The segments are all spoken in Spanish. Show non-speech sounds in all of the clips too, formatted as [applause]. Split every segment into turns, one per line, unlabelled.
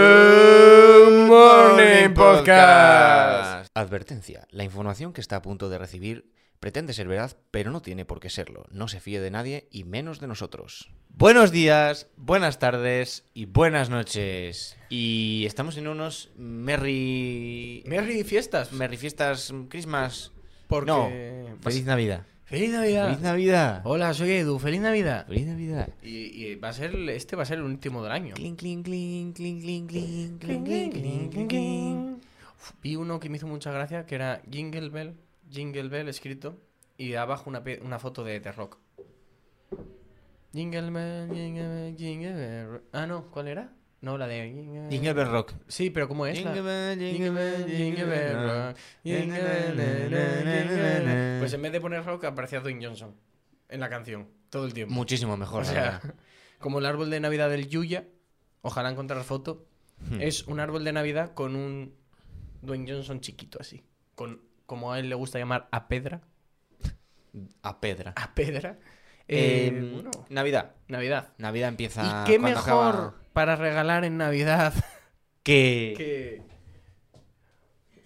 Good Morning Podcast.
Advertencia, la información que está a punto de recibir pretende ser verdad, pero no tiene por qué serlo. No se fíe de nadie y menos de nosotros.
Buenos días, buenas tardes y buenas noches. Y estamos en unos merry...
Merry fiestas.
Merry fiestas, Christmas...
Porque... pues,
No, feliz Navidad.
¡Feliz Navidad!
¡Feliz Navidad!
Hola, soy Edu. ¡Feliz Navidad!
¡Feliz Navidad!
Y, y va a ser, este va a ser el último del año.
Cling, cling, cling, cling, cling, cling, cling, cling, cling, cling, cling.
Uf, Vi uno que me hizo mucha gracia, que era Jingle Bell, Jingle Bell escrito, y abajo una, pe- una foto de The Rock. Jingle Bell, Jingle Bell, Jingle Bell... Ah, no, ¿cuál era? No, la de... Jingle,
Jingle Bell Rock.
Sí, pero ¿cómo es? la-
Bell,
Pues,
Ah.
ah, Jingle Bell, Jingle Bell Rock. Jingle Bell, na, na, na, na, na. Pues en vez de poner rock aparecía Dwayne Johnson en la canción todo el tiempo.
Muchísimo mejor,
o
la
sea,
verdad.
como el árbol de Navidad del Yuya, ojalá encontrar foto,
Hmm.
es un árbol de Navidad con un Dwayne Johnson chiquito así, con como a él le gusta llamar a pedra,
A pedra.
a pedra. [laughs] Eh,
Eh,
bueno,
Navidad.
Navidad.
Navidad empieza.
¿Y qué
cuando
mejor
acaba-
para regalar en Navidad
que.
que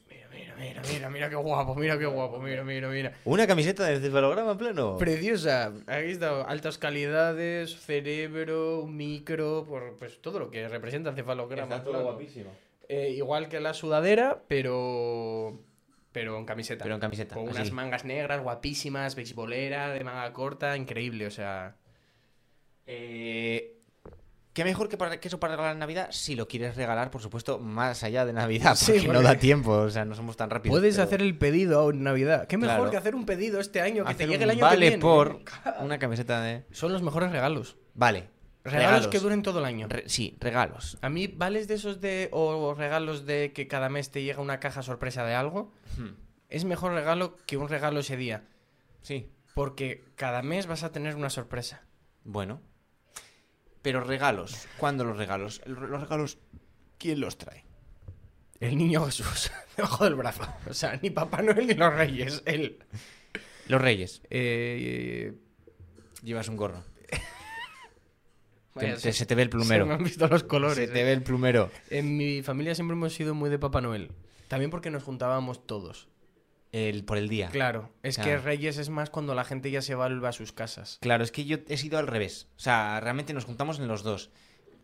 Mira, mira, mira, mira, mira qué guapo, mira qué guapo, mira, mira, mira.
Una camiseta de cefalograma pleno.
Preciosa. Aquí está altas calidades, cerebro, micro, por, pues todo lo que representa el cefalograma. plano. Eh, igual que la sudadera, pero pero en camiseta.
Pero en camiseta.
con unas
así.
mangas negras guapísimas, beisbolera, de manga corta, increíble, o sea,
Eh, Qué mejor que, para, que eso para regalar en Navidad si lo quieres regalar, por supuesto, más allá de Navidad.
Sí,
Porque no
porque-
da tiempo, o sea, no somos tan rápidos.
puedes
pero
hacer el pedido en Navidad. Qué mejor
Claro.
que hacer un pedido este año que
hacer
te llegue
un
el año
vale
que viene. [laughs]
por una camiseta de.
Son los mejores regalos.
Vale.
Regalos, que duren todo el año.
Re- sí, regalos.
A mí, ¿vales de esos de. o regalos de que cada mes te llega una caja sorpresa de algo?
Hmm.
Es mejor regalo que un regalo ese día.
Sí.
Porque cada mes vas a tener una sorpresa.
Bueno. Pero regalos. ¿Cuándo los regalos? El- Los regalos. ¿Quién los trae?
El niño Jesús, [laughs] debajo del brazo. O sea, ni Papá Noel ni los Reyes, él.
Los Reyes.
Eh,
Llevas un gorro. Te-
vaya,
te-
se-
se te ve el [laughs]
se me
plumero.
han visto los
Se
colores.
te
eh.
ve el plumero.
En mi familia siempre hemos sido muy de Papá Noel. También porque nos juntábamos todos.
El, por el día. Claro.
Claro, es que
Claro.
Reyes es más cuando la gente ya se vuelve a sus casas.
es que yo he sido al revés. O sea, realmente nos juntamos en los dos.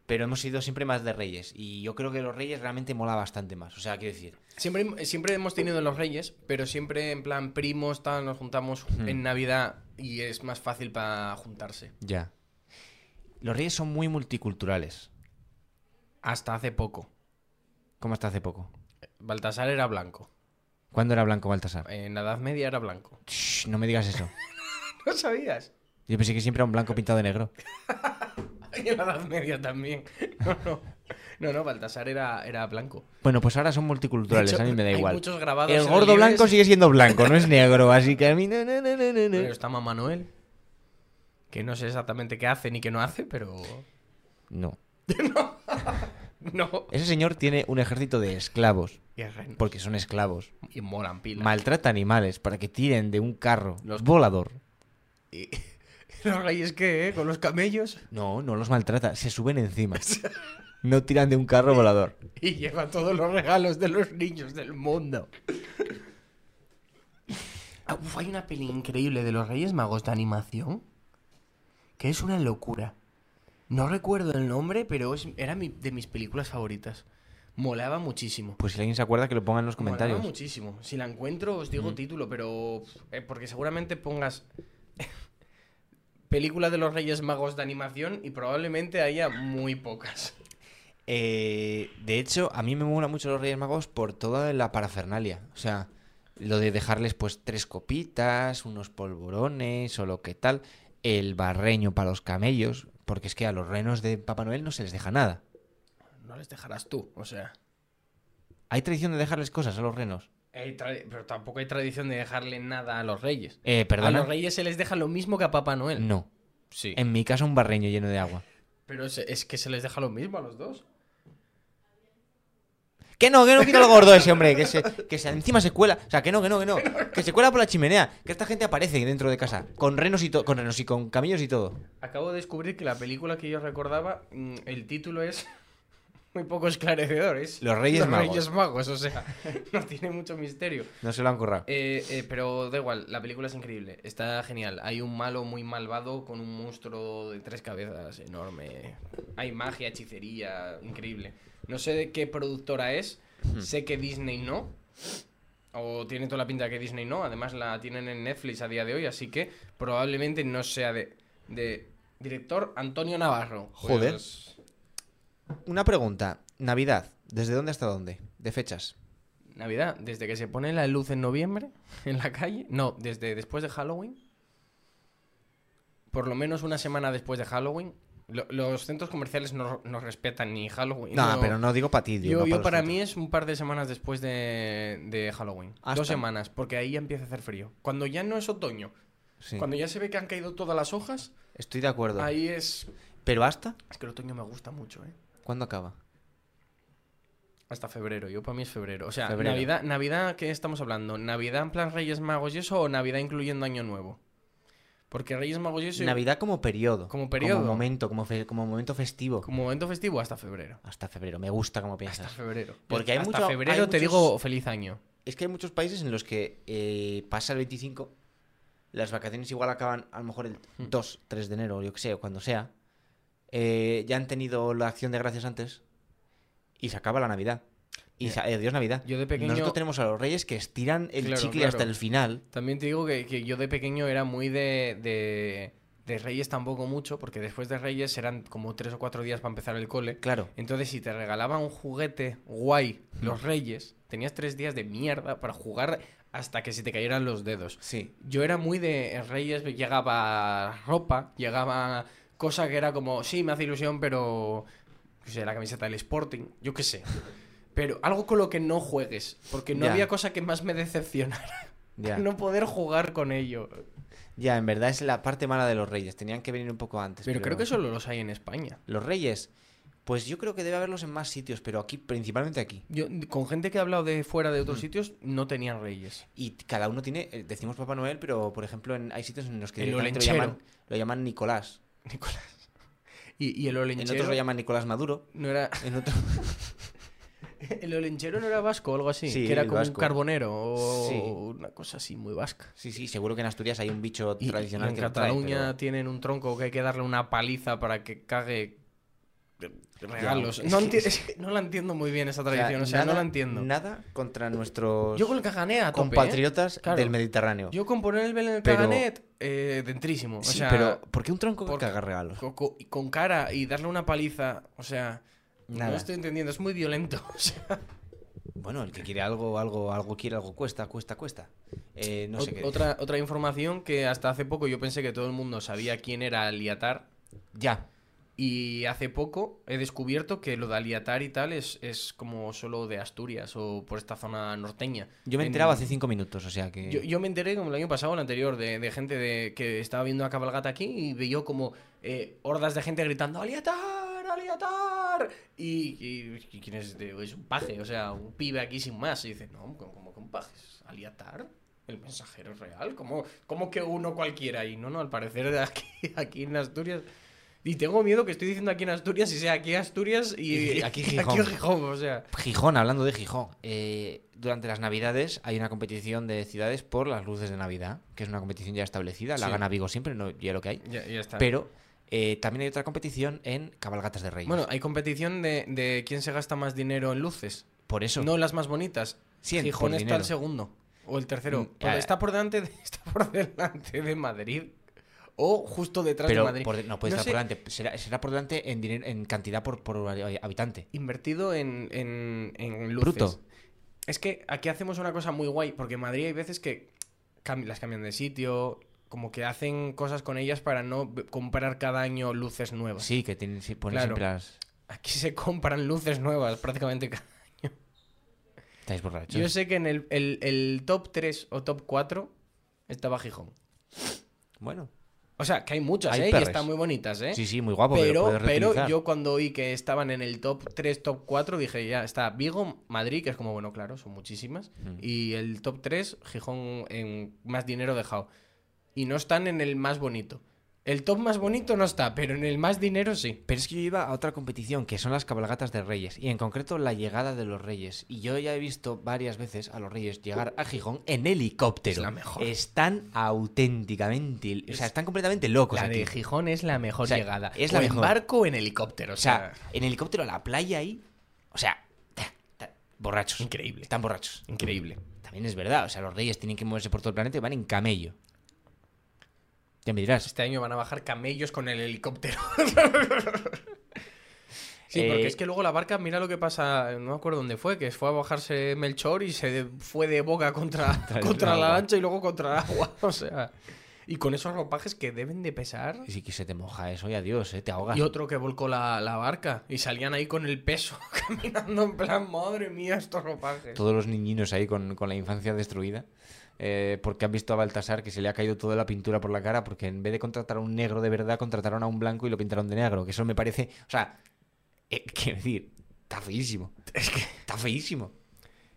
Pero hemos sido siempre más de Reyes. Y yo creo que los Reyes realmente mola bastante más. O sea, quiero decir.
Siempre, siempre hemos tenido los reyes, pero siempre en plan primos, tal, nos juntamos
Hmm.
en Navidad y es más fácil para juntarse.
Ya. Los Reyes son muy multiculturales.
Hasta hace poco.
Como hasta hace poco.
Baltasar era blanco.
¿Cuándo era Blanco Baltasar?
En la Edad Media era blanco. [laughs]
Shh, no me digas eso. [laughs]
¿No sabías?
Yo pensé que siempre era un blanco pintado de negro.
Y en la Edad Media también. [laughs] No, no. No, no, Baltasar era, era blanco.
Bueno, pues ahora son multiculturales,
De hecho,
a mí me da
hay
igual.
muchos grabados
El
en
gordo
libres.
blanco sigue siendo blanco, no
[laughs]
es negro, así que a mí. no, no, no, no, no, no.
Pero está Mamá Noel. Que no sé exactamente qué hace ni qué no hace, pero. [laughs]
No.
No.
Ese señor tiene un ejército de esclavos,
Y es reno.
porque son esclavos.
Y molan pila.
Maltrata animales para que tiren de un carro los volador.
Y- Los reyes qué, eh? Con los camellos.
No, no los maltrata, se suben
[laughs]
encima. No tiran de un carro volador.
Y lleva todos los regalos de los niños del mundo. Ah, uf, hay una peli increíble de los Reyes Magos de animación que es una locura. No recuerdo el nombre, pero es- era mi- de mis películas favoritas. Molaba muchísimo.
Pues si alguien se acuerda que lo ponga en los comentarios. Mm.
Molaba muchísimo. Si la encuentro, os digo título, pero. eh, porque seguramente pongas. [laughs] película de los Reyes Magos de animación y probablemente haya muy pocas.
Eh, de hecho, a mí me mola mucho los Reyes Magos por toda la parafernalia. O sea, lo de dejarles pues tres copitas, unos polvorones o lo que tal, el barreño para los camellos, porque es que a los renos de Papá Noel no se les deja nada.
No les dejarás tú, o sea.
Hay tradición de dejarles cosas a los renos.
Hay tra- pero tampoco hay tradición de dejarle nada a los reyes.
Eh,
A
perdona.
los reyes se les deja lo mismo que a Papá Noel.
No. Em-
Sí.
En mi casa un barreño lleno de agua.
Pero se- es que se les deja lo mismo a los dos.
Que no, que no quita lo gordo ese hombre, que se, que se encima se cuela, o sea, que no, que no, que no, que se cuela por la chimenea, que esta gente aparece dentro de casa, con renos y todo, con renos y con camellos y todo.
Acabo de descubrir que la película que yo recordaba, mm, el título es [laughs] muy poco esclarecedor. Es
Los Reyes Magos.
Reyes Magos, o sea, [laughs] no tiene mucho misterio.
No se lo han currado.
Eh, eh, pero da igual, la película es increíble, está genial. Hay un malo muy malvado con un monstruo de tres cabezas enorme. Hay magia, hechicería, increíble. No sé de qué productora es, sé que Disney no. O tiene toda la pinta de que Disney no. Además la tienen en Netflix a día de hoy, así que probablemente no sea de... de director Antonio Navarro.
Joder.
Pues,
Una pregunta. Navidad. ¿Desde dónde hasta dónde? De fechas.
Navidad, desde que se pone la luz en noviembre [laughs] en la calle. No, desde después de Halloween. Por lo menos una semana después de Halloween. Lo- los centros comerciales no, no respetan ni Halloween.
No, pero no digo para ti. digo,
Yo,
no
yo
los
para
otros.
mí es un par de semanas después de, de Halloween.
Hasta-
Dos semanas, porque ahí ya empieza a hacer frío. Cuando ya no es otoño,
Sí.
cuando ya se ve que han caído todas las hojas,
Estoy de acuerdo.
ahí es...
¿Pero hasta?
Es que el otoño me gusta mucho, ¿eh?
¿Cuándo acaba?
Hasta febrero, yo para mí es febrero. O sea,
Febrero.
Navidad, Navidad, ¿qué estamos hablando? ¿Navidad en plan Reyes Magos y eso o Navidad incluyendo Año Nuevo? Porque Reyes Magos y eso.
Navidad como periodo.
Como periodo.
Como momento, como, fe- como momento festivo.
Como momento festivo hasta febrero.
Hasta febrero. Me gusta como
Hasta
piensas.
[laughs] febrero.
Porque hay
hasta
mucho-
febrero
hay
te
muchos-
digo feliz año.
Es que hay muchos países en los que eh, pasa el 25, las vacaciones igual acaban a lo mejor el
Hmm.
2, 3 de enero, yo que sé, o cuando sea. Eh, ya han tenido la acción de gracias antes y se acaba la Navidad. Y se- adiós Navidad.
Eh, Yo de pequeño-
Nosotros tenemos a los reyes que estiran el
Claro,
chicle
claro.
hasta el final.
También te digo que, que yo de pequeño era muy de, de, de Reyes tampoco mucho, porque después de Reyes eran como tres o cuatro días para empezar el cole.
Claro.
Entonces, si te regalaban un juguete guay, los
Mm.
Reyes, tenías tres días de mierda para jugar hasta que se te cayeran los dedos.
Sí.
Yo era muy de en Reyes, llegaba ropa, llegaba cosa que era como, sí, me hace ilusión, pero. No sé, la camiseta del Sporting, yo qué sé. Pero algo con lo que no juegues, porque no
Ya.
había cosa que más me decepcionara.
Ya.
[laughs] No poder jugar con ello.
ya, en verdad es la parte mala de los reyes. Tenían que venir un poco antes.
Pero creo que solo los hay en España.
Los reyes, pues yo creo que debe haberlos en más sitios, pero aquí, principalmente aquí.
Yo, con gente que he hablado de fuera de
Mm.
otros sitios, no tenían Reyes. [laughs]
Y t- cada uno tiene, eh, decimos Papá Noel, pero por ejemplo en, hay sitios en los que
El
directamente lo
olenchero.
llaman, lo llaman Nicolás.
Nicolás. Y, y el
En otros
olenchero.
lo llaman Nicolás Maduro.
No era, [laughs]
En otro... [laughs]
el olenchero no era vasco o algo así.
Sí,
que era
el
como
vasco.
un carbonero o
Sí.
una cosa así muy vasca.
Sí, sí, seguro que en Asturias hay un bicho
Y, y
tradicional
en
que lo trae,
Cataluña
pero-
tienen un tronco que hay que darle una paliza para que cague regalos.
es
No,
que-
enti- es que no la entiendo muy bien esa
O sea,
tradición, o sea, no
nada-
la entiendo.
Nada pues, contra nuestros
Yo con el cagané a tope, ¿eh?
compatriotas
Claro.
del Mediterráneo.
Yo con poner el velo en el
Pero-
caganet, eh, dentrísimo. O
Sí,
sea,
pero ¿por qué un tronco que
por-
caga regalos?
co- co- y con, cara y darle una paliza, o sea,
Nada.
no estoy entendiendo, es muy violento. [laughs] o sea.
Bueno, el que quiere algo, algo, algo quiere, algo cuesta, cuesta, cuesta. Eh, no sé
Ot-
qué.
otra, otra información que hasta hace poco yo pensé que todo el mundo sabía quién era Aliatar.
Ya.
Y hace poco he descubierto que lo de Aliatar y tal es, es como solo de Asturias o por esta zona norteña.
Yo me
En-
enteraba hace cinco minutos, o sea que.
Yo, yo me enteré como el año pasado, el anterior, de, de gente de, que estaba viendo a cabalgata aquí y veo como eh, hordas de gente gritando ¡Aliatar! ¡Aliatar! Y, y, y quién es este? Es un paje, o sea, un pibe aquí sin más. Y dice, no, ¿cómo, cómo que un paje? ¿Es ¿Aliatar? ¿El mensajero real? ¿Cómo, cómo que uno cualquiera? Y no, no, al parecer aquí, [laughs] aquí en Asturias... Y tengo miedo que estoy diciendo aquí en Asturias y sea aquí Asturias y,
Y aquí Gijón.
[laughs] aquí Gijón, o sea...
Gijón, hablando de Gijón, eh, durante las Navidades hay una competición de ciudades por las luces de Navidad, que es una competición ya establecida, la
Sí.
gana Vigo siempre, no ya lo que hay.
Ya, ya está.
Pero eh, también hay otra competición en cabalgatas de reyes.
Bueno, hay competición de, de quién se gasta más dinero en luces.
por eso.
No las más bonitas.
Sí, en- por
Gijón está
dinero.
el segundo. O el tercero.
Mm,
Pero
ah.
está por delante de, [laughs] está por delante de Madrid. O justo detrás
pero
de Madrid.
por de- no puede estar
sé,
por delante. Será, será por delante en dinero, en cantidad por, por eh, habitante.
Invertido en, en, en luces.
Bruto.
Es que aquí hacemos una cosa muy guay, porque en Madrid hay veces que cam- las cambian de sitio, como que hacen cosas con ellas para no b- comprar cada año luces nuevas.
Sí, que tienen, sí, ponen
Claro.
siempre las.
Aquí se compran luces nuevas prácticamente cada
Estáis borrachos.
Yo sé que en el, el- el top 3 o top 4 estaba Gijón.
Bueno.
O sea, que hay muchas,
Hay
¿eh? Y
perres.
están muy bonitas, ¿eh?
Sí, sí, muy guapo.
pero,
pero,
pero yo cuando oí que estaban en el top 3, top 4, dije, ya está Vigo, Madrid, que es como, bueno, claro, son muchísimas.
Mm.
Y el top 3, Gijón en más dinero dejado. Y no están en el más bonito. El top más bonito no está, pero en el más dinero sí.
Pero es que yo iba a otra competición, que son las cabalgatas de reyes, y en concreto la llegada de los reyes. Y yo ya he visto varias veces a los reyes llegar a Gijón en helicóptero.
Es la mejor.
Están auténticamente... O sea, están completamente locos
La
aquí.
de Gijón es la
O
mejor
sea,
llegada.
es
Es
la
la o en
mejor.
barco o en helicóptero.
O sea, en helicóptero a la playa ahí... O sea, ta, ta, borrachos.
Increíble.
Están borrachos.
increíble.
También es verdad, o sea, los reyes tienen que moverse por todo el planeta y van en camello. Ya me dirás.
Este año van a bajar camellos con el helicóptero. [laughs] sí,
Eh,
porque es que luego la barca, mira lo que pasa, no me acuerdo dónde fue, que fue a bajarse Melchor y se de- fue de
[laughs]
boca contra,
el
contra la
agua.
lancha y luego contra el agua. [laughs] O sea, y con esos ropajes que deben de pesar.
Y si que se te moja eso, y adiós, eh, te ahogas.
Y otro que volcó la, la barca y salían ahí con el peso [laughs] caminando en plan, madre mía, estos ropajes.
Todos los niñinos ahí con, con la infancia destruida. eh, porque han visto a Baltasar que se le ha caído toda la pintura por la cara. Porque en vez de contratar a un negro de verdad, contrataron a un blanco y lo pintaron de negro. Que eso me parece. O sea, eh, [laughs] quiero decir, está feísimo. Es que está feísimo.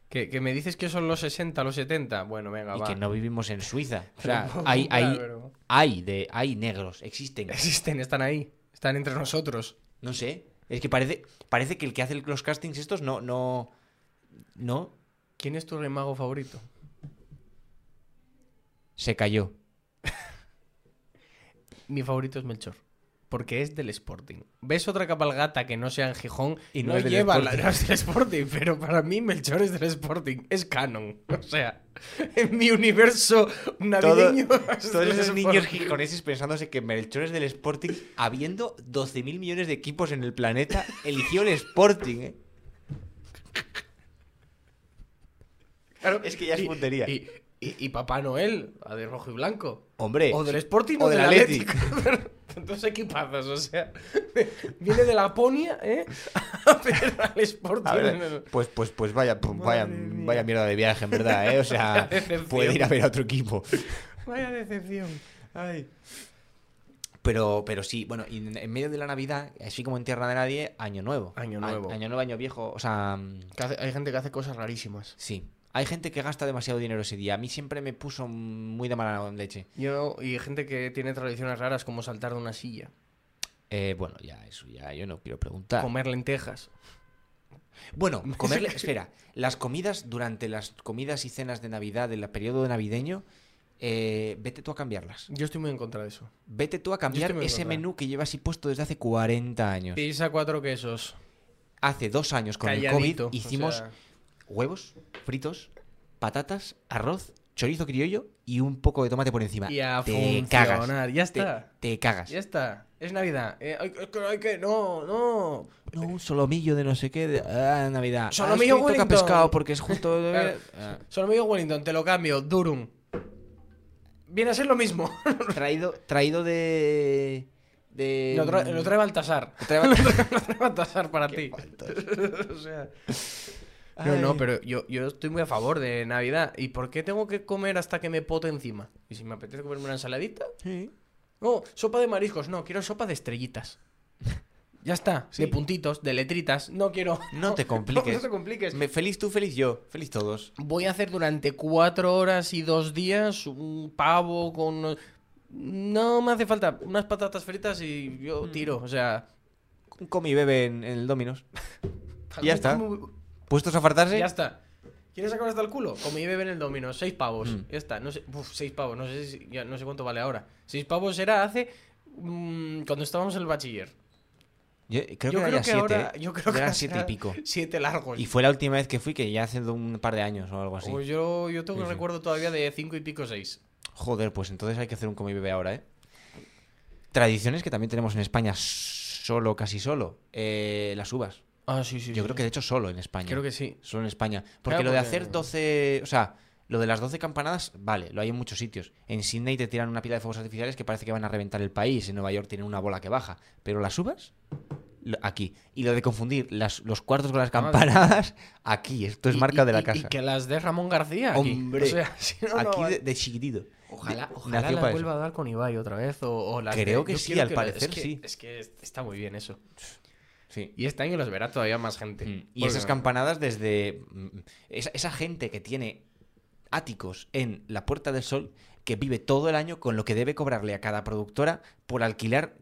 Que, que me dices que son los 60, los 70. Bueno, venga,
y
va.
que no vivimos en Suiza. O sea,
[laughs] Pero-
hay, hay, [laughs]
claro.
hay, de, hay negros, existen.
Existen, están ahí. Están entre nosotros.
No sé. Es que parece, parece que el que hace los castings estos no. No. No.
¿Quién es tu rey mago favorito?
Se cayó.
Mi favorito es Melchor. Porque es del Sporting. ¿Ves otra cabalgata que no sea en Gijón?
Y
Y
no
no,
es del
lleva la
Sporting.
no es del Sporting, pero para mí Melchor es del Sporting. Es canon. [laughs] O sea, en mi universo navideño. [laughs] es
Todos
del
esos niños
Sporting.
gijoneses pensándose que Melchor es del Sporting, habiendo 12.000 millones de equipos en el planeta, eligió el Sporting, ¿eh?
Claro.
Es que ya es
Y-
puntería.
Y, y- y Papá Noel, a de rojo y blanco.
Hombre.
O del Sporting
Eh, o
o,
del
del Atlético. [laughs] Dos equipazos, o sea. [laughs] Viene de Laponia, ¿eh? [laughs] A ver al
[laughs]
Sporting.
A
[laughs]
ver, pues, pues, pues vaya, pues vaya,
Madre mía.
vaya mierda de viaje, en verdad, ¿eh? O
[laughs]
sea,
decepción.
puede ir a ver a otro equipo.
Vaya decepción.
Pero, pero sí, bueno, y en, en medio de la Navidad, así como en tierra de nadie, Año Nuevo.
Año
A-
Nuevo.
año Nuevo, Año Viejo, o sea, mm,
Que hace- hay gente que hace cosas rarísimas.
sí. Hay gente que gasta demasiado dinero ese día. A mí siempre me puso muy de mala leche.
Yo, y hay gente que tiene tradiciones raras como saltar de una silla,
Eh, bueno, ya, eso ya, yo no quiero preguntar.
comer lentejas. [laughs]
Bueno, comerle. espera, las comidas durante las comidas y cenas de Navidad, del periodo navideño, eh, vete tú a cambiarlas.
Yo estoy muy en contra de eso.
Vete tú a cambiar
muy en
ese
contra.
menú que llevas así puesto desde hace 40 años.
Pizza cuatro quesos.
Hace dos años con el
calladito, o
COVID hicimos
sea,
huevos fritos, patatas, arroz, chorizo criollo y un poco de tomate por encima.
y a
te
funcionar.
cagas.
Ya
Te,
está.
te cagas.
Ya está. Es Navidad. Eh, hay, hay que, hay que- No, no.
No, un solomillo de no sé qué. De... Ah, Navidad. ah,
Solomillo
es que hoy toca
Wellington.
pescado porque es justo.
[laughs] Claro.
Ah.
Solo me digo Wellington, te lo cambio. Durum. Viene a ser lo mismo.
Traído, traído de. de.
lo, tra- lo trae Baltasar. [laughs]
Lo trae [laughs] Baltasar.
lo trae Baltasar para ti. [laughs] O sea. No,
Ay.
no, pero yo, yo estoy muy a favor de Navidad. ¿Y por qué tengo que comer hasta que me pote encima? ¿Y si me apetece comerme una ensaladita?
Sí.
No, sopa de mariscos. No, quiero sopa de estrellitas. [laughs] Ya está.
Sí.
De puntitos, de letritas. [laughs] No quiero.
No te compliques.
No te compliques.
Me- feliz tú, feliz yo. Feliz todos.
Voy a hacer durante cuatro horas y dos días un pavo con. No me hace falta unas patatas fritas y yo tiro. O sea.
Un comi bebe en, en el Dominos. Ya está.
¿cómo-
¿Puestos a fartarse?
Ya está. ¿Quieres sacar hasta el culo? Como y beben el domino, seis pavos.
Mm.
Ya está. No sé, uf, seis pavos, no sé, si- ya no sé cuánto vale ahora. Seis pavos era hace mm, cuando estábamos en el bachiller.
Yo creo que
yo,
era
creo
ya
que
siete.
ahora,
¿eh?
yo creo que
Eran
ahora
siete y
será
pico.
Siete largos.
Y fue la última vez que fui, que ya hace un par de años o algo así.
O yo, yo tengo
Sí, sí.
recuerdo todavía de cinco y pico, seis.
Joder, pues entonces hay que hacer un comi bebé ahora, ¿eh? Tradiciones que también tenemos en España solo, casi solo. Eh, las uvas.
Ah, sí, sí.
Yo creo que de hecho solo en España.
Creo que sí.
Solo en España. Porque lo de
porque-
hacer 12. O sea, lo de las 12 campanadas, vale, lo hay en muchos sitios. En Sydney te tiran una pila de fuegos artificiales que parece que van a reventar el país. En Nueva York tienen una bola que baja. Pero las uvas, lo- aquí. Y lo de confundir las- los cuartos con las
Madre.
campanadas, [laughs] aquí. Esto es
Ah, Y-
marca
y-
de la
y-
casa.
Y que las de Ramón García. aquí.
Hombre.
O [laughs] sea, si no, no eh.
aquí
vale.
de, de chiquitito.
Ojalá,
De-
ojalá
nació
la
para
vuelva a dar con Ibai otra vez. O, o las
Creo
de-
que
yo
sí,
quiero
al
la- es
parecer
que-
sí.
Es que está muy bien eso.
eso. Sí.
Y este año los verá todavía más gente.
Mm, Y
Porque-
esas campanadas desde... mm, Esa, esa gente que tiene áticos en la Puerta del Sol, que vive todo el año con lo que debe cobrarle a cada productora por alquilar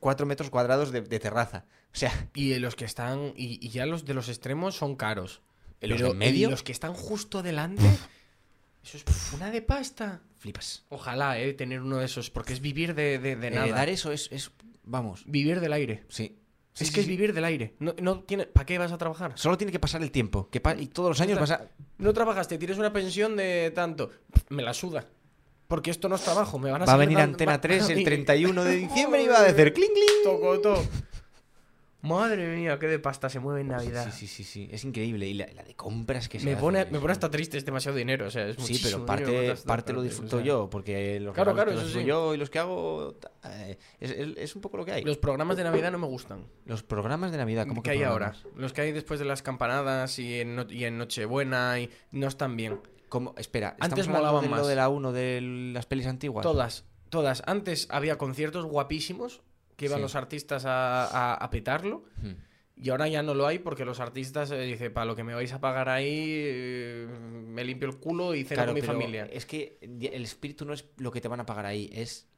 cuatro metros cuadrados de, de terraza. O sea,
Y los que están. Y, y ya los de los extremos son caros.
¿Y los
Pero-
de en medio?
y los que están justo delante. Eso es una de pasta.
flipas.
Ojalá, eh, tener uno de esos. Porque es vivir de, de- de nada.
Heredar eso es, es- Vamos.
Vivir del aire.
Sí. Sí,
es
sí,
que es
sí.
vivir del aire. No, no tiene... ¿Para qué vas a trabajar?
Solo tiene que pasar el tiempo. Que pa- y todos los años vas a.
No trabajaste, tienes una pensión de tanto. Me la suda. Porque esto no es trabajo. Me van a
Va a
seguir
venir
dando-
Antena
va-
3 el
[laughs] y-
31 de diciembre y va a hacer cling cling.
Tocotó. Madre mía, qué de pasta se mueve en Navidad.
Sí, sí, sí, sí. Es increíble. Y la, la de compras que se
Me
hace,
pone,
es
me pone
una-
hasta triste, es demasiado dinero. O sea,
Sí,
es
pero
muchísimo dinero,
parte,
hasta-
parte lo
parte,
disfruto
o sea.
yo, porque los
Claro,
regalos
claro,
que los
eso
hago
sí.
yo y los que hago eh, es, es- es un poco lo que hay.
Los
Los,
programas de Navidad no me gustan.
programas de Navidad, ¿cómo
¿Qué hay ahora? Los que hay después de las campanadas y en, no- y en Nochebuena y no están bien.
Como, espera,
Antes
antes hablando
molaban
de
más.
lo de la 1 de las pelis antiguas.
Todas, todas. Antes había conciertos guapísimos que iban
Sí.
los artistas a, a- a petarlo.
Hmm.
Y ahora ya no lo hay porque los artistas eh, dicen, para lo que me vais a pagar ahí, eh, me limpio el culo y ceno
Claro,
con mi
pero eh,
familia.
Es que el espíritu no es lo que te van a pagar ahí, es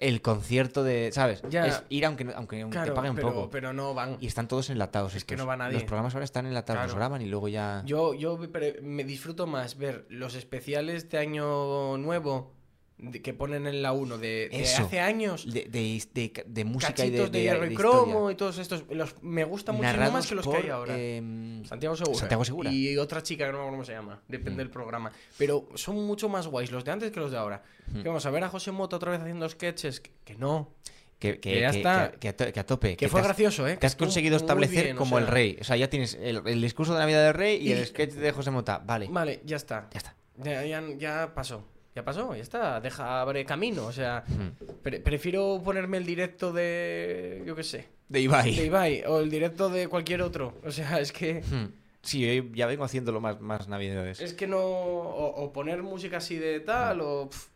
el concierto de, ¿sabes?
Ya.
Es ir aunque aunque
Claro,
te paguen
pero,
poco.
pero no van.
Y están todos enlatados
Es que
estos.
no va nadie.
Los programas ahora están enlatados, los
Claro.
graban y luego ya
Yo, yo me pre- me disfruto más ver los especiales de Año Nuevo de- que ponen en la 1 de, de
Eso.
hace años.
de, de, de- de música y de,
cachitos de, hierro y
historia.
cromo y todos estos. Los, me gusta muchísimo más
narrados
que los
por,
que hay ahora.
em,
Santiago Segura.
Santiago Segura. Mm.
Y otra chica que no me acuerdo cómo se llama. Depende del programa. Pero son mucho más guays los de antes que los de ahora.
Mm.
Que vamos a ver a José Mota otra vez haciendo sketches. Que, que no.
que,
que ya
que-
está.
que- que a to- que a tope.
Que, fue
te has-
gracioso, ¿eh?
Te has
Estuvo
conseguido
muy
establecer
bien, o
como el
sea,
rey. O sea, ya tienes el, el discurso de Navidad del rey y,
Y-
el sketch de José Mota. Vale,
Vale, ya está.
ya está.
Ya, ya, ya pasó. Ya pasó, ya está. Deja abre camino. O sea,
Mm.
pre- prefiero ponerme el directo de. Yo qué sé.
De Ibai.
De Ibai o el directo de cualquier otro. O sea, [laughs] es que.
Mm. Sí, yo ya vengo haciéndolo más, más navidades.
Es que no. O, o poner música así de tal o. pf,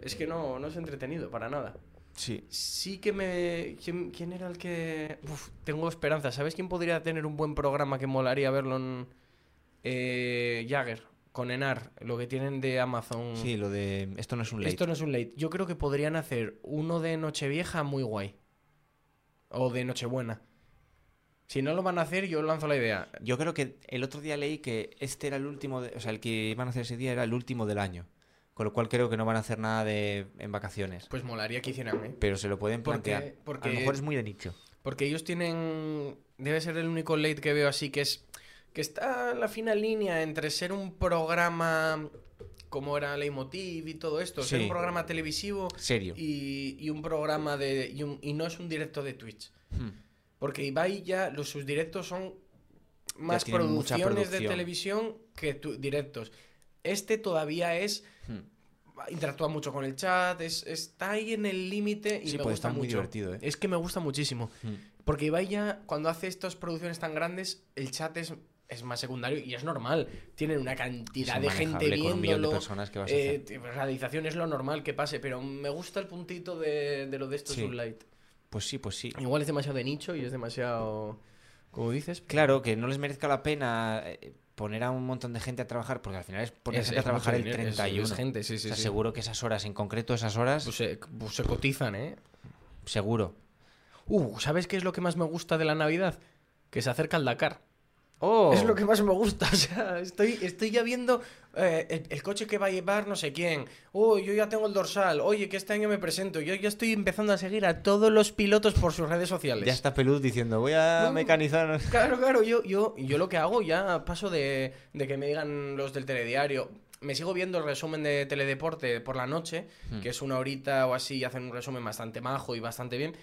es que no, no es entretenido para nada.
Sí.
Sí que me. ¿Quién, quién era el que.? Uf, tengo esperanza. ¿Sabes quién podría tener un buen programa que molaría verlo en. Eh, Jagger, con Enar, lo que tienen de Amazon.
Sí, lo de esto no es un late.
Esto no es un late. Yo creo que podrían hacer uno de Nochevieja muy guay. O de Nochebuena. Si no lo van a hacer, yo lanzo la idea.
Yo creo que el otro día leí que este era el último, de- o sea, el que iban a hacer ese día era el último del año. Con lo cual creo que no van a hacer nada de en vacaciones.
Pues molaría que hicieran, ¿eh?
Pero se lo pueden
Porque-
plantear.
porque-
A lo mejor es muy de nicho.
Porque ellos tienen. Debe ser el único late que veo así que es. Que está en la fina línea entre ser un programa como era Leitmotiv y todo esto, ser
Sí.
un programa televisivo
Serio.
y, y un programa de. Y, un- y no es un directo de Twitch.
Mm.
Porque Ibai ya, los, sus directos son más
tienen mucha
producciones de
producción.
televisión que tu- directos. Este todavía es.
Hmm.
Interactúa mucho con el chat, es, está ahí en el límite y
Sí,
me
puede
gusta
estar muy
mucho.
divertido, ¿eh?
Es que me gusta muchísimo. Porque Ibai ya, cuando hace estas producciones tan grandes, el chat es, es más secundario y es normal. Tienen una
Es
cantidad de gente
inmanejable con un millón de
viéndolo.
personas que vas a hacer.
eh, t- realización es lo normal que pase, pero me gusta el puntito de, de lo de estos
Sí.
Sublight.
Pues sí, pues sí.
Igual es demasiado de nicho y es demasiado. Como dices.
Claro, que no les merezca la pena eh, poner a un montón de gente a trabajar, porque al final es poner
Es-
gente
es
a trabajar
mucho
el
dinero, es-
31.
es gente, sí,
O
sí,
sea,
sí.
seguro que esas horas, en concreto esas horas,
Pues se, pues se cotizan, ¿eh?
seguro.
Uh, ¿sabes qué es lo que más me gusta de la Navidad? Que se acerca el Dakar.
¡Oh!
Es lo que más me gusta. [laughs] O sea, estoy, estoy ya viendo eh, el, el coche que va a llevar no sé quién. Oh, yo ya tengo el dorsal. Oye, que este año me presento. Yo ya estoy empezando a seguir a todos los pilotos por sus redes sociales.
Ya está Pelud diciendo, voy a
No.
mecanizar.
Claro, claro, yo, yo, yo lo que hago ya paso de, de que me digan los del telediario. Me sigo viendo el resumen de Teledeporte por la noche, que es una horita o así, y hacen un resumen bastante majo y bastante bien.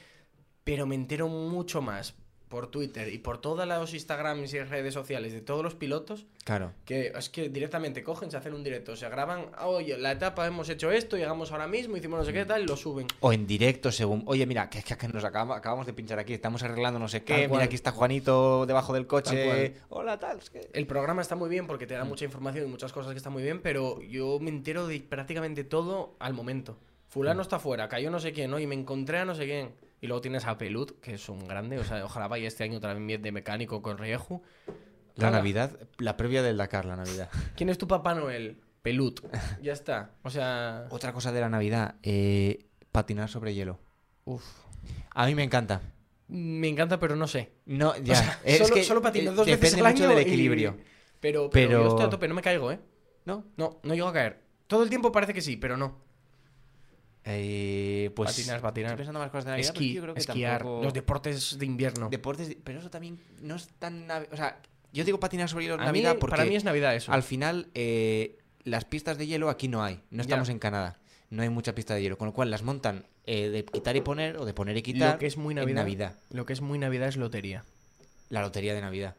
Pero me entero mucho más por Twitter y por todos los Instagrams y redes sociales de todos los pilotos
Claro.
que es que directamente cogen, se hacen un directo, se graban, "Ah, oye, la etapa hemos hecho esto, llegamos ahora mismo, hicimos no sé qué tal, y lo suben.
O en directo, según. Oye, mira, que, que- que nos acabamos, acabamos de pinchar aquí, estamos arreglando no sé
Tal
qué.
cual.
Mira, aquí está Juanito debajo del coche.
Tal
Hola, tal. es que-
El programa está muy bien porque te da
Mm.
mucha información y muchas cosas que están muy bien, pero yo me entero de prácticamente todo al momento.
Mm.
Fulano está fuera, cayó no sé quién, ¿no? Y me encontré a no sé quién. Y luego tienes a Pelud, que es un grande, o sea, ojalá vaya este año también de mecánico con Rieju.
La
Ala.
Navidad, la previa del Dakar, la Navidad.
¿Quién es tu Papá Noel?
[laughs]
Pelut. Ya está. O sea.
Otra cosa de la Navidad, eh, patinar sobre hielo. Uf. A mí me encanta.
Me encanta, pero no sé.
No, ya.
[laughs] O sea,
es
solo,
que,
solo patino
eh,
dos veces
depende
al año
mucho del
y-
equilibrio.
Pero, pero,
Pero-
yo estoy a tope, no me caigo, ¿eh?
¿No?
No, no llego a caer. Todo el tiempo parece que sí, pero no.
Eh, pues
Patinar, patinar.
Estoy pensando más cosas de Navidad, pero
Esquí,
yo creo que
esquiar,
tampoco-
los deportes de invierno.
Deportes, pero eso también no es tan... nav- O sea, yo digo patinar sobre hielo en
A mí-
Navidad porque
Para mí es Navidad eso.
al final eh, las pistas de hielo aquí no hay. No estamos
Ya.
en Canadá. No hay mucha pista de hielo. Con lo cual las montan eh, de quitar y poner o de poner y quitar
lo que es muy
en
Navidad,
Navidad.
Lo que es muy Navidad es lotería.
La lotería de Navidad.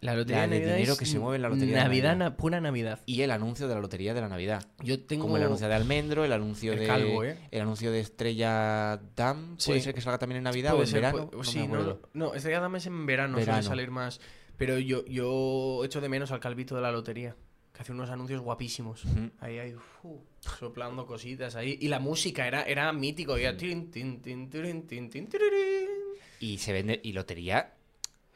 La lotería
La
de
de
Navidad
dinero
es
que se mueve en la lotería de
Navidad,
Navidad.
na- pura Navidad.
Y el anuncio de la lotería de la Navidad.
Yo tengo
Como el anuncio de almendro, el anuncio
El
de.
calvo, ¿eh?
El anuncio de Estrella Dam. Puede
Sí.
ser que salga también en Navidad o
Puede
en
ser,
verano.
puede-
no me
sí, no,
acuerdo.
no, no, este día dame es en verano,
Verano.
suele salir más. Pero yo, yo echo de menos al calvito de la lotería, que hace unos anuncios guapísimos.
Ujú.
Ahí, ahí, fu, soplando cositas ahí. Y la música era, era mítico. Era tin, tin, tin, tirin, tin, tin, tirirín.
Y se vende. Y lotería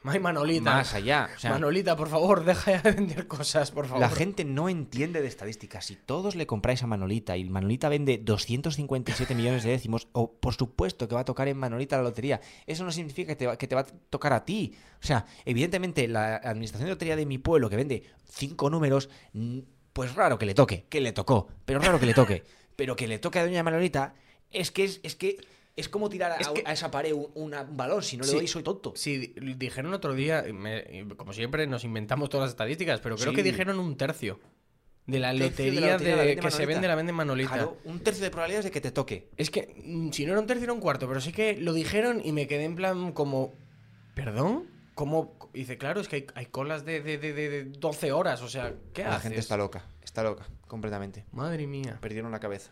Ay, Manolita.
más allá. O sea,
Manolita, por favor, [laughs] deja ya de vender cosas, por favor.
La gente no entiende de estadísticas. Si todos le compráis a Manolita y Manolita vende 257 millones de décimos, o por supuesto que va a tocar en Manolita la lotería. Eso no significa que te va, que te va a tocar a ti. O sea, evidentemente la administración de lotería de mi pueblo que vende cinco números, mm, pues raro que le toque, que le tocó, pero raro que le toque. Pero que le toque a Doña Manolita es que es, es que es como tirar a,
Es que-
a esa pared un, una- un balón. Si no le
Sí.
doy, soy tonto.
Sí, di- dijeron otro día, y me- y como siempre nos inventamos todas las estadísticas, pero creo
Sí.
que dijeron un tercio de la
Tercio de la
lotería,
lotería
de-
la vende
que se
Manolita.
vende la vende Manolita.
Claro, un tercio de probabilidades de que te toque.
Es que mm, si no era un tercio era un cuarto, pero sí que lo dijeron y me quedé en plan como... ¿Perdón? ¿Cómo? Y Dice, claro, es que hay, hay colas de, de, de- de- de 12 horas, o sea, ¿qué
La
haces?
gente está loca, está loca, completamente.
Madre mía.
perdieron la cabeza.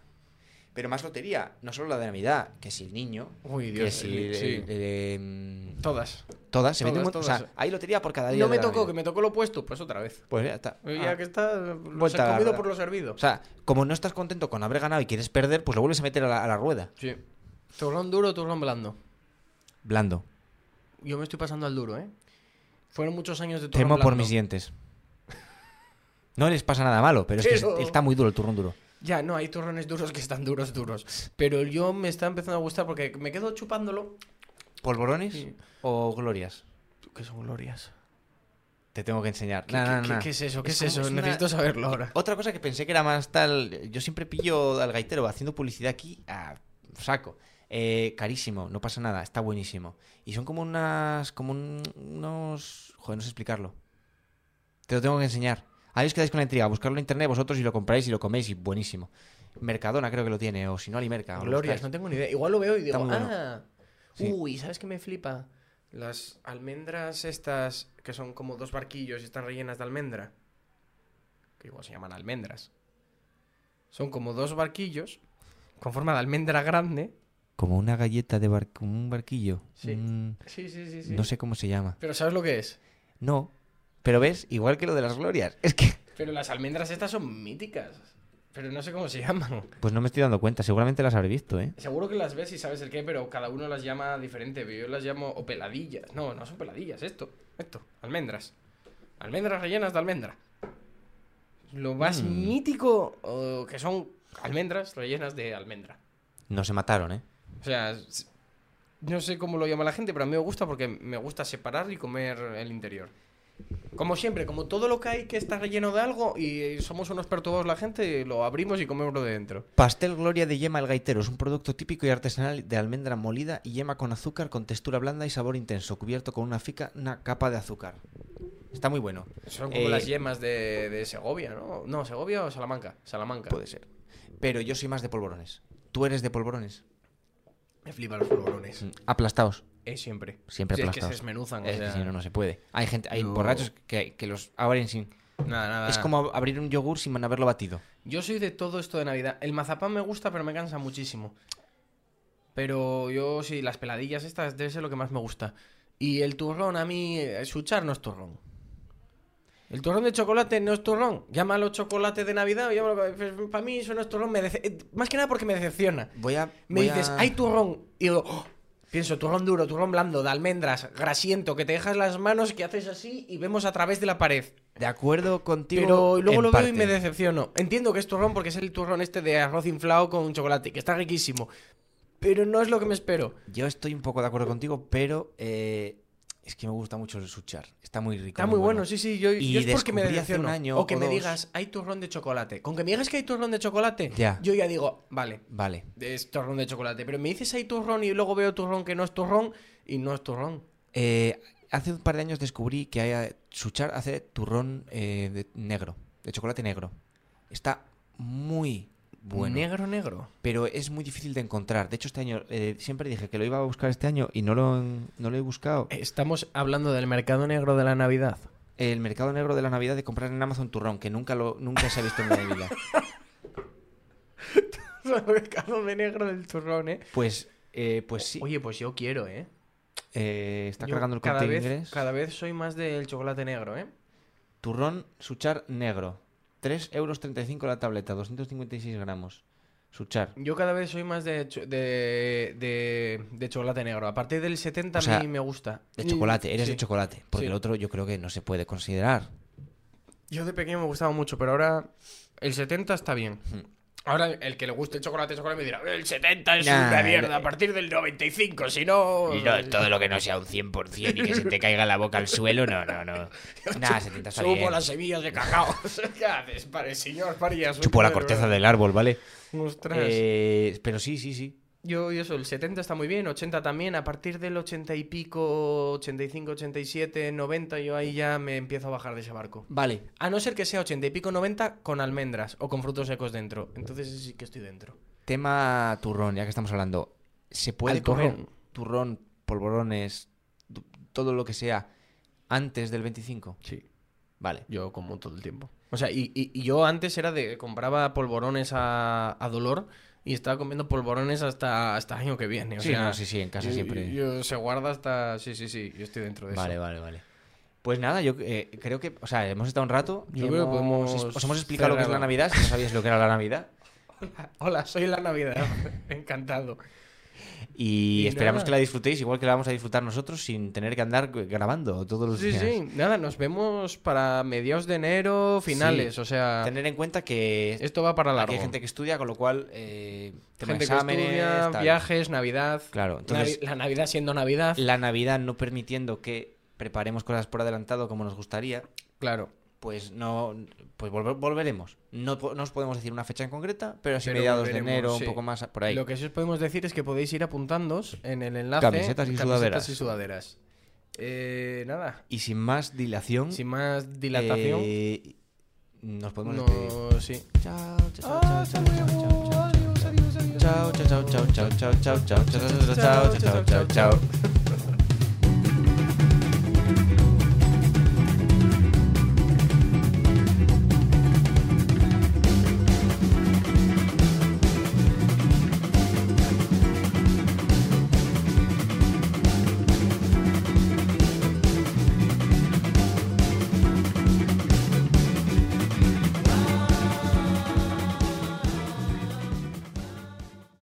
Pero más lotería, no solo la de Navidad, que si el niño,
Uy,
que
Dios.
si
el-
el-
sí.
el- el- em,
Todas.
todas, se mete un
Todas,
montón- o sea,
todas.
hay lotería por cada día.
No
de
me
la
tocó, que
Navidad.
me tocó lo opuesto, pues otra vez.
Pues ya está.
Ya
Ah.
que está, los
Vuelta a
he
la
comido
rueda.
por lo servido.
O sea, como no estás contento con haber ganado y quieres perder, pues lo vuelves a meter a la, a la rueda.
sí. Turrón duro, turrón blando.
Blando.
Yo me estoy pasando al duro, ¿eh? Fueron muchos años de turrón
Temo por
blando.
mis dientes. No les pasa nada malo, pero es que es-
Pero-
está muy duro el turrón duro.
Ya, no, hay turrones duros que están duros, duros. Pero yo me está empezando a gustar porque me quedo chupándolo.
¿Polvorones
Sí.
o glorias?
¿Qué son glorias?
Te tengo que enseñar.
¿Qué,
Nah, nah,
qué-
nah.
qué es eso? ¿Qué es,
como-
eso?
una-
Necesito saberlo ahora.
Otra cosa que pensé que era más tal. Yo siempre pillo al gaitero haciendo publicidad aquí a saco. Eh, carísimo, no pasa nada, está buenísimo. Y son como unas. como un- unos. Joder, no sé explicarlo. Te lo tengo que enseñar. Ahí os quedáis con la intriga, buscarlo en internet vosotros y lo compráis y lo coméis y buenísimo. Mercadona creo que lo tiene, o si no, Alimerca. o lo
glorias, no
buscáis.
tengo ni idea. Igual lo veo y
Está
digo,
muy bueno.
ah,
Sí.
uy, ¿sabes qué me flipa? Las almendras estas que son como dos barquillos y están rellenas de almendra. Que igual se llaman almendras. Son como dos barquillos con forma de almendra grande.
Como una galleta de bar... como un barquillo.
Sí.
Mm,
Sí, sí, sí,
No sé cómo se llama.
Pero ¿sabes lo que es?
No. Pero ves, igual que lo de las glorias. [laughs] Es que.
Pero las almendras estas son míticas. Pero no sé cómo se llaman.
Pues no me estoy dando cuenta, seguramente las habré visto, ¿eh?
Seguro que las ves y sabes el qué, pero cada uno las llama diferente. Yo las llamo o peladillas. No, no son peladillas, esto, esto, almendras. Almendras rellenas de almendra. Lo más
Mm.
mítico o que son almendras rellenas de almendra.
No se mataron, ¿eh?
O sea, s- no sé cómo lo llama la gente, pero a mí me gusta porque me gusta separar y comer el interior. Como siempre, como todo lo que hay que está relleno de algo y eh, somos unos perturbados la gente, lo abrimos y comemos lo de dentro.
Pastel Gloria de yema el gaitero es un producto típico y artesanal de almendra molida y yema con azúcar con textura blanda y sabor intenso, cubierto con una fica, una capa de azúcar. Está muy bueno.
Son como
Eh,
las yemas de, de Segovia, ¿no? No, Segovia o Salamanca. Salamanca.
Puede ser. Pero yo soy más de polvorones. Tú eres de polvorones.
Me flipan los polvorones.
Mm, Aplastados.
Es siempre.
Siempre
Si es que se
aplastados.
desmenuzan. o
Es que
sea,
si no, no se puede. Hay gente, hay
Ah, No. Ah.
borrachos que, que los abren sin.
Nada, nada.
Es
nada.
como ab- abrir un yogur sin haberlo batido.
Yo soy de todo esto de Navidad. El mazapán me gusta, pero me cansa muchísimo. Pero yo sí, las peladillas estas debe ser lo que más me gusta. Y el turrón, a mí, eh, suchar no es turrón. El turrón de chocolate no es turrón. Llámalo chocolate de Navidad, o llámalo. Para eh, mí eso no es turrón. me dece- eh, Más que nada porque me decepciona.
Voy a.
Me
voy
dices,
a-
hay turrón. Y digo, "Oh, Pienso, turrón duro, turrón blando, de almendras, grasiento, que te dejas las manos, que haces así y vemos a través de la pared.
De acuerdo contigo.
Pero luego
en
lo veo y
parte.
me decepciono. Entiendo que es turrón porque es el turrón este de arroz inflado con chocolate, que está riquísimo. Pero no es lo que me espero.
Yo estoy un poco de acuerdo contigo, pero eh, es que me gusta mucho el suchar. Está muy rico.
Está muy bueno, sí, sí. Yo,
Y
yo es porque me
descubrí hace un
decepciono.
año
o que
o
me
dos.
digas, hay turrón de chocolate. Con que me digas que hay turrón de chocolate,
Ya.
yo ya digo, vale,
Vale.
es turrón de chocolate. Pero me dices hay turrón y luego veo turrón que no es turrón y no es turrón.
Eh, hace un par de años descubrí que hay, Suchar hace turrón eh, de- negro, de chocolate negro. Está muy bueno.
Negro, negro.
Pero es muy difícil de encontrar. De hecho, este año, eh, siempre dije que lo iba a buscar este año y no lo, en- no lo he buscado.
Eh. Estamos hablando del mercado negro de la Navidad.
El mercado negro de la Navidad de comprar en Amazon turrón, que nunca, lo, nunca se ha visto en mi
[laughs]
vida.
[laughs] el mercado de negro del turrón, ¿eh?
Pues, eh, pues sí.
Oye, pues yo quiero, ¿eh?
Eh, está
Yo
cargando el
cada
corte
vez,
inglés.
Cada vez soy más del chocolate negro, ¿eh?
Turrón Suchar negro. 3,35 euros la tableta, 256 gramos. Suchar.
Yo cada vez soy más de, cho- de, de, de chocolate negro. A partir del 70
O sea,
a mí me gusta.
De
Y-
chocolate, eres
Mm, sí.
de chocolate. Porque
Sí.
el otro yo creo que no se puede considerar.
Yo de pequeño me gustaba mucho, pero ahora el 70 está bien. Ahora el que le guste el chocolate, chocolate me dirá, el 70 es
Nah,
una
el-
mierda, a partir del 95, si no...
todo lo que no sea un 100% y que se te caiga la boca al suelo, no, no, no.
Nada, 70 está
Subo
bien.
las semillas de cacao. [laughs] ¿Qué haces? Pare, señor, pare ya.
[laughs] Chupo la corteza del árbol, ¿vale?
Ostras.
Eh, pero sí, sí, sí.
Yo, yo eso, el 70 está muy bien, 80 también, a partir del 80 y pico, 85, 87, 90, yo ahí ya me empiezo a bajar de ese barco.
Vale.
A no ser que sea 80 y pico, 90 con almendras o con frutos secos dentro. Entonces ese sí que estoy dentro.
Tema turrón, ya que estamos hablando. ¿Se puede
Al
comer
turrón.
turrón, polvorones, tu- todo lo que sea, antes del 25?
Sí.
Vale.
Yo como todo el tiempo. O sea, y, y- y yo antes era de. compraba polvorones a, a dolor y estaba comiendo polvorones hasta, hasta el año que viene. O
Sí,
sea,
no, sí, sí, en casa
yo-
siempre.
yo- se guarda hasta. Sí, sí, sí, yo estoy dentro de
Vale,
eso. [laughs]
vale, vale. Pues nada, yo eh, creo que, o sea, hemos estado un rato.
Yo
hemos-
creo que podemos
Os hemos explicado lo que es la
cerrar.
Navidad, si no sabíais lo que era la
[laughs]
Navidad.
Hola, hola, soy
[laughs]
la Navidad. Encantado.
Y,
Y
esperamos
nada.
que la disfrutéis igual que la vamos a disfrutar nosotros sin tener que andar grabando todos los
Sí,
días.
sí, nada, nos vemos para mediados de enero, finales. O sea,
Tener en cuenta que
esto va para largo.
aquí hay gente que estudia, con lo cual, eh, tema
Gente que
exámenes,
estudia,
tal.
viajes, Navidad.
Claro, entonces
Navi- la Navidad siendo Navidad.
la Navidad no permitiendo que preparemos cosas por adelantado como nos gustaría,
Claro.
pues no pues volve- volveremos. No, po- no os podemos decir una fecha en concreta, pero así
Pero
mediados de
volveremos,
enero,
sí.
un poco más a- por ahí.
Lo que sí os podemos decir es que podéis ir apuntándos en el enlace.
Camisetas y sudaderas.
y sudaderas. Eh, nada.
Y sin más dilación,
Sin más dilatación.
eh, nos podemos
no,
despedir.
sí.
Chao, chao, chao, chao, chao, chao, chao, chao, chao, chao, chao, chao, chao, chao, chao, chao, chao, chao, chao, chao, chao, chao, chao.